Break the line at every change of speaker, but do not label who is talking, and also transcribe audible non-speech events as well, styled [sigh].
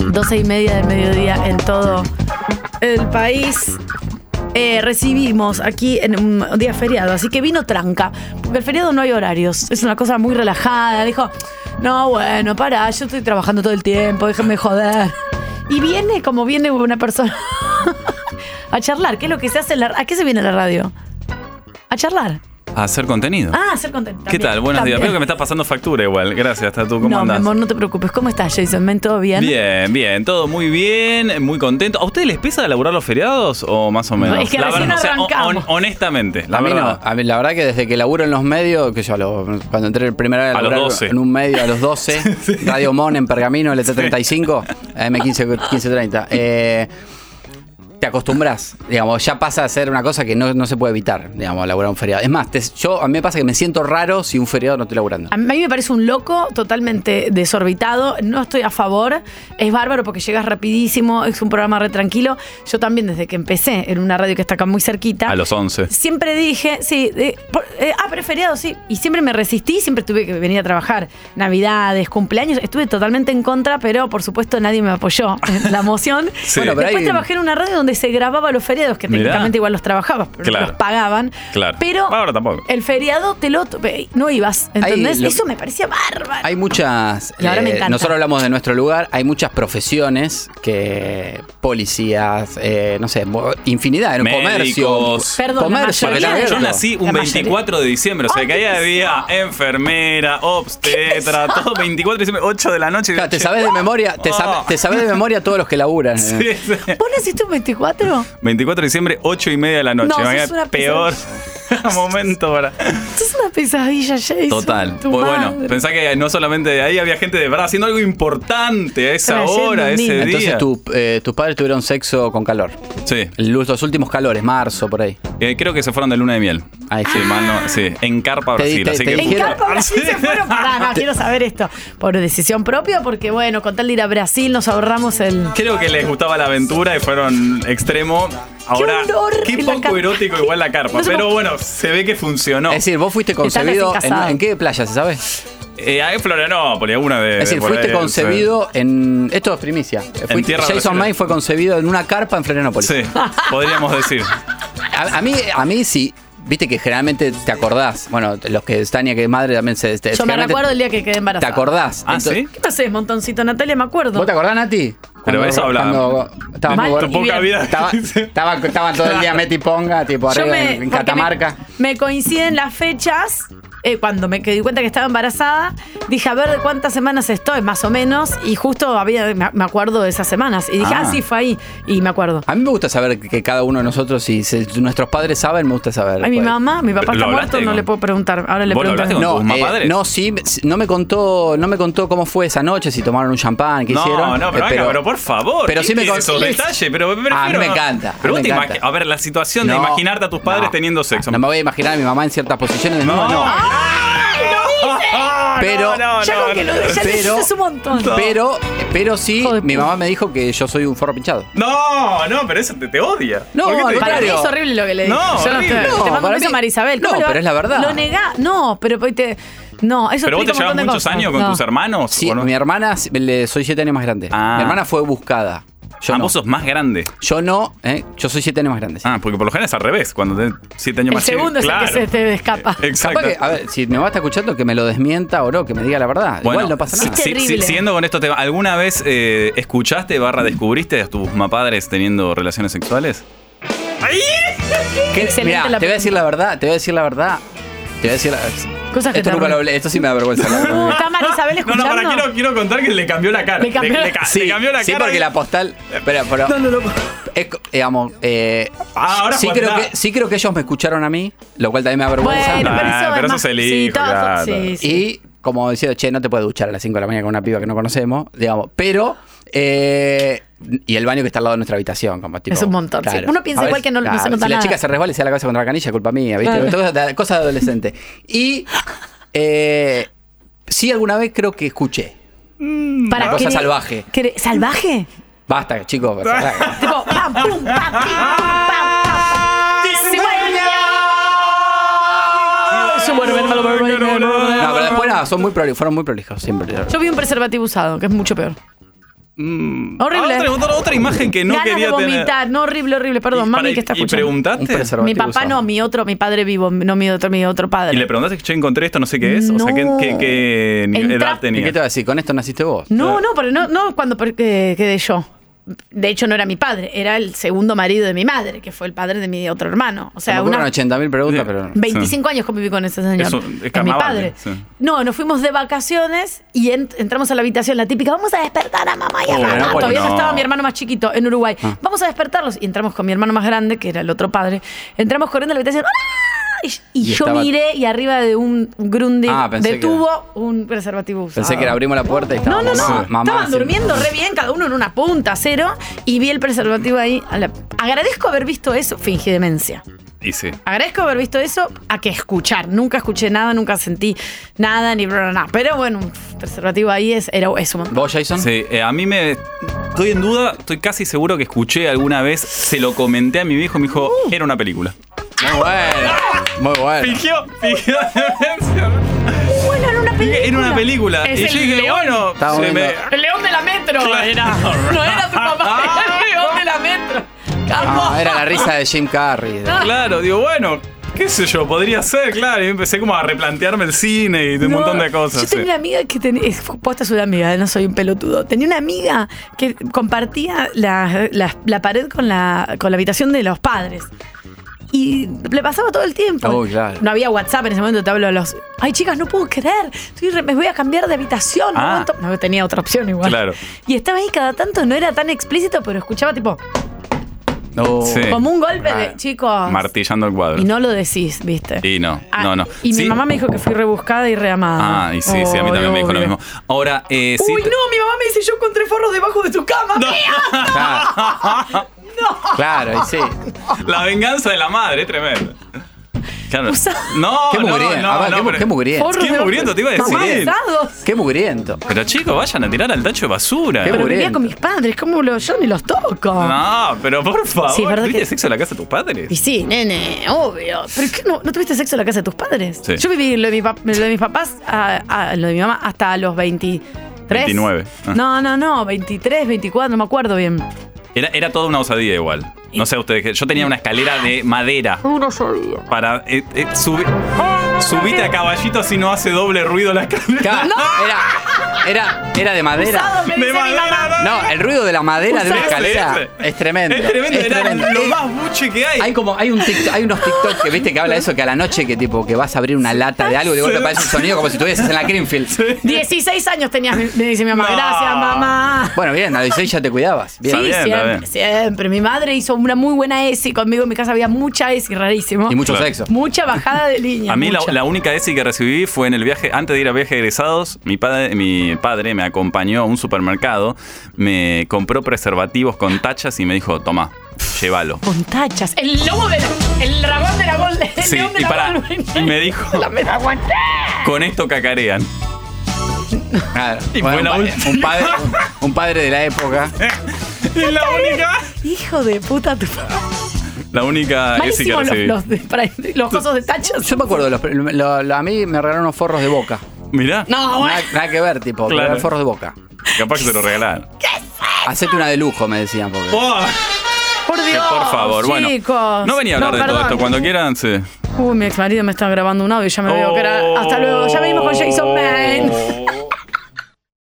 12 y media del mediodía en todo el país. Eh, recibimos aquí en un día feriado, así que vino tranca, porque el feriado no hay horarios, es una cosa muy relajada. Dijo, no, bueno, pará, yo estoy trabajando todo el tiempo, déjenme joder. Y viene como viene una persona [laughs] a charlar, ¿qué es lo que se hace en la, ¿A qué se viene la radio? A charlar.
A hacer contenido.
Ah, hacer contenido.
¿Qué tal? Buenos días. Veo que me estás pasando factura igual. Gracias, Tatu.
No,
¿Cómo
mi
andás?
amor, no te preocupes. ¿Cómo estás, Jason? ¿Ven todo bien?
Bien, bien, todo muy bien, muy contento. ¿A ustedes les pesa laburar los feriados o más o menos?
Es que
La
recién
verdad, o sea, hon-
arrancamos.
honestamente, la
A mí, no,
verdad.
a mí la verdad que desde que laburo en los medios, que yo a los- cuando entré el primer año
A
a
los
laburar
12.
en un medio a
[laughs]
los 12, Radio Mon en Pergamino, E LT35, M1530, Eh, te acostumbras, digamos, ya pasa a ser una cosa que no, no se puede evitar, digamos, laburar un feriado. Es más, te- yo, a mí me pasa que me siento raro si un feriado no estoy laburando.
A mí me parece un loco, totalmente desorbitado. No estoy a favor. Es bárbaro porque llegas rapidísimo. Es un programa re tranquilo. Yo también, desde que empecé en una radio que está acá muy cerquita.
A los 11.
Siempre dije, sí, de- por- eh, ah, preferiado, sí. Y siempre me resistí, siempre tuve que venir a trabajar. Navidades, cumpleaños, estuve totalmente en contra, pero por supuesto nadie me apoyó en la moción.
[laughs] Sí.
Bueno, pero
Después
ahí-
trabajé en una radio donde se grababa los feriados, que
Mirá.
técnicamente igual los trabajabas, pero
Claro.
los pagaban.
Claro.
Pero
Ahora tampoco.
el feriado te lo... eh, No ibas, ¿entendés?
Ahí lo-
Eso me parecía bárbaro.
Hay muchas. eh,
Y ahora me encanta.
Nosotros hablamos de nuestro lugar. Hay muchas profesiones que policías, eh, no sé, bo- infinidad en un
Médicos.
comercio.
Perdón,
comercio.
la
que
mayoría-
está
Yo
abierto.
nací un
La mayoría.
24 de diciembre, o sea
Ay,
que ahí
qué
había enfermera, obstetra, todo 24 de diciembre, 8 de la noche.
Claro, te sabes de memoria, te,
Ah.
sab- te sabes de memoria todos los que laburan. eh.
[laughs] Sí, sí.
¿Vos naciste un 24?
24 de diciembre, 8 y media de la noche.
No, sos
Imagínate,
una
peor [laughs] momento para.
Es una pesadilla, Jason.
Total.
tu
Pues bueno,
madre.
pensá que no solamente ahí había gente de verdad haciendo algo importante a esa
Trayendo
hora, a
un
ese
niño.
día.
Entonces tu- eh, tus padres tuvieron sexo con calor.
Sí.
Los los últimos calores, marzo, por ahí.
Eh, creo que se fueron de luna de miel.
Ahí
Sí,
sí.
mal no- sí, en Carpa,
Te
Brasil.
diste-
así
te
que
En
dijeron-
Carpa
[laughs]
Brasil se fueron. Pará, no, quiero saber esto. Por decisión propia, porque bueno, con tal de ir a Brasil nos ahorramos el.
creo que les gustaba la aventura y fueron extremo. Ahora,
olor
qué
en la
poco
carpa.
erótico igual la carpa.
No se
pero
puede-
bueno, se ve que funcionó.
Es decir, vos fuiste
Están recién
concebido en,
casados.
en qué playa, se sabe?
Eh, ahí en Florianópolis, alguna de.
Es
de
decir,
por
fuiste
ahí,
concebido en. Esto es primicia. Fuiste-
tierra
Jason
brasileña.
May fue concebido en una carpa en Florianópolis.
Sí, Sí, podríamos decir.
A, a mí, a mí sí. Viste que generalmente te acordás. Bueno, los que Tania, que es madre, también se. te-
Yo me
generalmente
recuerdo el día que quedé
¿Te
embarazada.
acordás?
Ah,
Entonces-
sí.
¿Qué pasé, montoncito Natalia? Me acuerdo.
¿Vos te acordás, Nati?
Pero eso hablaba.
cuando estaba
Mal
muy
y
gor-
Tu poca
bien.
vida.
Estaba, estaba, estaba todo
[laughs]
el día meti ponga, tipo
Yo
arriba
me-
en,
porque
en Catamarca.
Me, me coinciden las fechas. eh, cuando me que di cuenta que estaba embarazada, dije a ver de cuántas semanas estoy, más o menos. Y justo había, me me acuerdo de esas semanas. Y dije, ah,
Ah.
sí, fue ahí. Y me acuerdo.
A mí me gusta saber que cada uno de nosotros, si, se- nuestros padres saben, me gusta saber.
Ay, mi
cuál.
mamá, mi papá
¿Lo
está
hablaste
muerto, no
con-
le puedo preguntar. Ahora le
¿Vos lo
pregunto.
hablaste con-
No,
tus más
eh,
padres?
no, sí, sí, no me contó, no me contó cómo fue esa noche, si tomaron un champán, qué hicieron.
No, no, pero,
eh,
venga, pero, por favor.
pero
¿quién
sí me
quiere
con- Ah,
esos detalles, pero prefiero
A mí me
no.
encanta,
Pero vos
a mí me
te imagi-
encanta.
A ver, la situación de
No,
imaginarte a tus padres
no,
teniendo sexo.
No, me voy a imaginar a mi mamá en ciertas posiciones.
No, Ah,
No, no.
[laughs] no,
Pero-
no,
Ya
no,
con que lo
no.
ya le
Pero-
haces un montón.
Pero, pero sí,
Hijo de
mi
puta.
mamá me dijo que yo soy un forro pinchado.
No, no, pero eso te, te odia.
No,
¿Por qué te-
al
Para mí
Claro.
es horrible lo que le digo.
No,
Yo no estoy-
horrible.
te mando un
para
beso
mí-
a Marisabel. ¿Cómo
no,
le va-
pero es la verdad.
Lo negá. No, pero hoy te. No, eso
pero vos
explica
te llevas
un montón de
muchos
cosas.
años con
No.
tus hermanos.
Sí,
¿o no?
mi hermana, le- soy siete años más grande.
Ah.
Mi hermana fue buscada. Yo
Ah,
no.
vos sos más grande.
Yo no, ¿eh? yo soy siete años más grande. sí.
Ah, porque por lo general es al revés. Cuando tenés siete años
El
más chico,
segundo es el
claro. Eh,
que se te escapa.
Exacto.
Capaz que, a ver, si me va a estar escuchando, que me lo desmienta o no, que me diga la verdad. Igual no pasa
si-
nada.
sí.
si-
Terrible.
si- siguiendo con esto, ¿alguna vez eh, escuchaste barra descubriste a tus mapadres teniendo relaciones sexuales?
¿Qué-
Excelente
mirá,
la
te voy a decir la verdad, te voy a decir la verdad. Te voy a decir la
Cosas que te
esto nunca lo
arruinan.
hablé, esto sí me da vergüenza. la verdad.
¿Está Marisabel
[laughs] No, no,
escuchando?
para, quiero, quiero contar que le cambió la cara.
Le cambió la-
ca-
Sí,
le cambió la
sí,
cara.
porque
y-
la postal. Pero, pero-
No, no, no.
es co- digamos, eh,
Ah, ahora
sí,
Juan
creo
da.
que, sí creo que ellos me escucharon a mí, lo cual también me da
Bueno,
vergüenza.
pero
Ah,
eso
pero
es
eso
más-
se elige,
sí, todo-
claro.
sí, sí.
Y como diciendo, che, no te puedes duchar a las 5 de la mañana con una piba que no conocemos, digamos. Pero. eh, y el baño que está al lado de nuestra habitación, como tipo.
Es un montón, sí. Uno piensa
A
igual que no- no se nota
Si la
nada.
chica se resbala y se da la cabeza contra la canilla, culpa mía, ¿viste?
Claro.
Cosas de- Cosas de adolescente. Y. eh, sí, alguna vez creo que escuché.
Para
Una cosa
querer-
salvaje.
querer- ¿Salvaje?
Basta, chicos. pará.
tipo, pam, pum, pam, pim, pam, pam, pam. Sí, bueno.
Ah,
Eso, bueno, bueno.
No, pero después nada, son muy proli- fueron muy prolijos, siempre.
Yo vi un preservativo usado, que es mucho peor.
Mm.
Horrible.
Ah, otra, otra imagen que no
Ganas
quería
de
tener.
vomitar, no, horrible, horrible. Perdón,
y,
mami
para-
que está
y
escuchando.
Un
preguntaste.
preservativo.
Mi papá
usado.
no, mi otro, mi padre vivo, no mi otro, mi otro padre.
Y le preguntaste que yo encontré esto, no sé qué es. O sea, ¿qué,
No.
qué- qué ni-
Entra-
edad
¿Y
tenía?
qué te va a decir? Con esto naciste vos.
No, no, pero no, no cuando per- eh, quedé yo. De hecho, no era mi padre, era el segundo marido de mi madre, que fue el padre de mi otro hermano. O sea,
me ocurren
una,
80.000 preguntas, pero.
25 años conviví con ese señor.
Es un- es
Es, mi
carnaval,
padre.
sí.
No, nos fuimos de vacaciones y ent- entramos a la habitación, la típica, vamos a despertar a mamá y a papá.
Oh,
no, bueno, Ah.
Todavía no
no.
estaba mi hermano más chiquito en Uruguay. Vamos a despertarlos. Y entramos con mi hermano más grande, que era el otro padre. Entramos corriendo a la habitación. ¡ah! Y, y
Y
yo
estaba-
miré y arriba de un grundy
Ah, pensé
de
que-
tubo un preservativo usado.
Pensé que le abrimos la puerta y
Ah. No,
estábamos
no, no.
mamá- mamá
Estaban
haciendo-
durmiendo re bien, cada uno en una punta, cero. Y vi el preservativo ahí. a la- Agradezco haber visto eso. Fingí demencia.
Y sí.
Agradezco haber visto eso a que escuchar. Nunca escuché nada, nunca sentí nada, ni bla, bla, bla. Pero bueno, un preservativo ahí es, era, es un-
¿Vos, Jason?
Sí, eh, a mí me. Estoy en duda, estoy casi seguro que escuché alguna vez, se lo comenté a mi viejo, me dijo,
Uh.
era una película.
Muy bueno. Muy bueno.
Fingió, fingió demencia.
Bueno, era una película.
[laughs] Era una película.
Es
y
el
yo dije,
león.
bueno,
Está
se me-
bueno.
El león de la metro
Claro.
era. No era tu papá, era el león de la metro. Calvo.
Ah, era la risa de Jim Carrey. de-
Claro, digo, bueno, qué sé yo, podría ser, claro. Y empecé como a replantearme el cine y de un
No,
montón de cosas.
Yo tenía
sí.
una amiga que tenía. es Posta soy una amiga, no soy un pelotudo. Tenía una amiga que compartía la, la- la pared con la, con la habitación de los padres. Y le pasaba todo el tiempo.
Uy, claro.
No había WhatsApp en ese momento, te hablo a los. Ay, chicas, no puedo creer. estoy re- me voy a cambiar de habitación. no
Ah.
aguanto". No, tenía otra opción igual.
Claro.
Y estaba ahí cada tanto, no era tan explícito, pero escuchaba tipo,
No.
Sí.
como un golpe de
Ah.
chicos.
Martillando el cuadro.
Y no lo decís, ¿viste?
Y no,
Ah,
no, no.
Y
Sí.
mi mamá me dijo que fui rebuscada y reamada.
Ah, y sí, sí, a mí también me dijo lo mismo. Ahora, eh, sí.
Uy, no, mi mamá me dice, yo encontré forros debajo de tu cama. ¡Mía!
Claro. Claro, y sí.
La venganza de la madre, tremendo. Claro.
Usa-
No,
Qué
no,
mugriento.
no,
Ah, va,
no,
qué mu-
pero-
qué mugriento.
Forros
Qué
debajo-
mugriento, te iba a
Mamá,
decir.
besados.
Qué mugriento.
Pero chicos, vayan a tirar al tacho de basura.
Qué
Pero vivía
mugriento.
con mis padres, ¿cómo lo, yo ni los toco?
No, pero por favor,
Sí, es verdad
¿tuviste
que-
sexo en la casa de tus
Y
padres?
sí, nene, obvio. ¿Pero qué no, no tuviste sexo en la casa de tus padres?
Sí.
Yo viví lo de, mi pap- lo de mis papás, a, a lo de mi mamá, hasta los 23.
29. Ah.
No, no, no, 23, 24, no me acuerdo bien.
Era, era toda una osadía igual. No sé ustedes, que- yo tenía una escalera de madera
Uno sabía.
para eh, eh, subi- subite a caballito si no hace doble ruido la escalera.
Claro, Era, era, era de madera.
Usado, me dice mi mamá.
No, el ruido de la madera de una
Usado.
escalera
Ese, ese.
es tremendo.
Es tremendo,
es
era
tremendo.
lo más buche que hay.
Hay como, hay un TikTok- hay unos TikTok que viste que habla de eso que a la noche que tipo que vas a abrir una lata de algo y de golpe aparece un sonido como si estuvieses en la Greenfield.
16 años tenías, me me dice mi mamá.
No.
Gracias, mamá.
Bueno, bien, a los 16 ya te cuidabas. Bien.
sí,
bien, está
siempre,
bien.
siempre. Mi madre hizo una muy buena ESI conmigo. En mi casa había mucha ESI, rarísimo.
Y mucho
Claro.
sexo.
Mucha bajada de línea.
A mí la,
mucha.
la única ESI que recibí fue en el viaje, antes de ir a viaje de egresados, mi padre, mi padre me acompañó a un supermercado, me compró preservativos con tachas y me dijo, toma, llévalo.
Con tachas. El lobo de la- El dragón de la gol. El
Sí,
león de
y
la
para,
Golden.
y me dijo,
[laughs] La mesa, aguantá.
con
[laughs]
esto cacarean.
Claro.
Y
Bueno,
fue
un,
la
pa-
última.
un padre, un, un padre de la época.
Es la única.
Hijo de puta, tu papá.
La única ESI Ah, que
Malísimo los,
recibí.
los, de- para- los cosos de tachas.
Yo me acuerdo, los- lo- lo- a mí me regalaron unos forros de boca.
Mirá,
No, Ah, bueno.
Nada, nada que ver, tipo,
Claro.
regalaron forros de boca.
capaz que se
[laughs]
lo regalaron.
Hacete una de lujo, me decían. Porque...
Oh,
Por
que
Dios.
por favor, bueno.
chicos.
No venía a hablar de todo
perdón.
esto. Cuando quieran, sí.
Uy, mi ex marido me está grabando un audio y ya me veo que era. Hasta luego. Ya venimos con Jason Man.
Oh.
[laughs]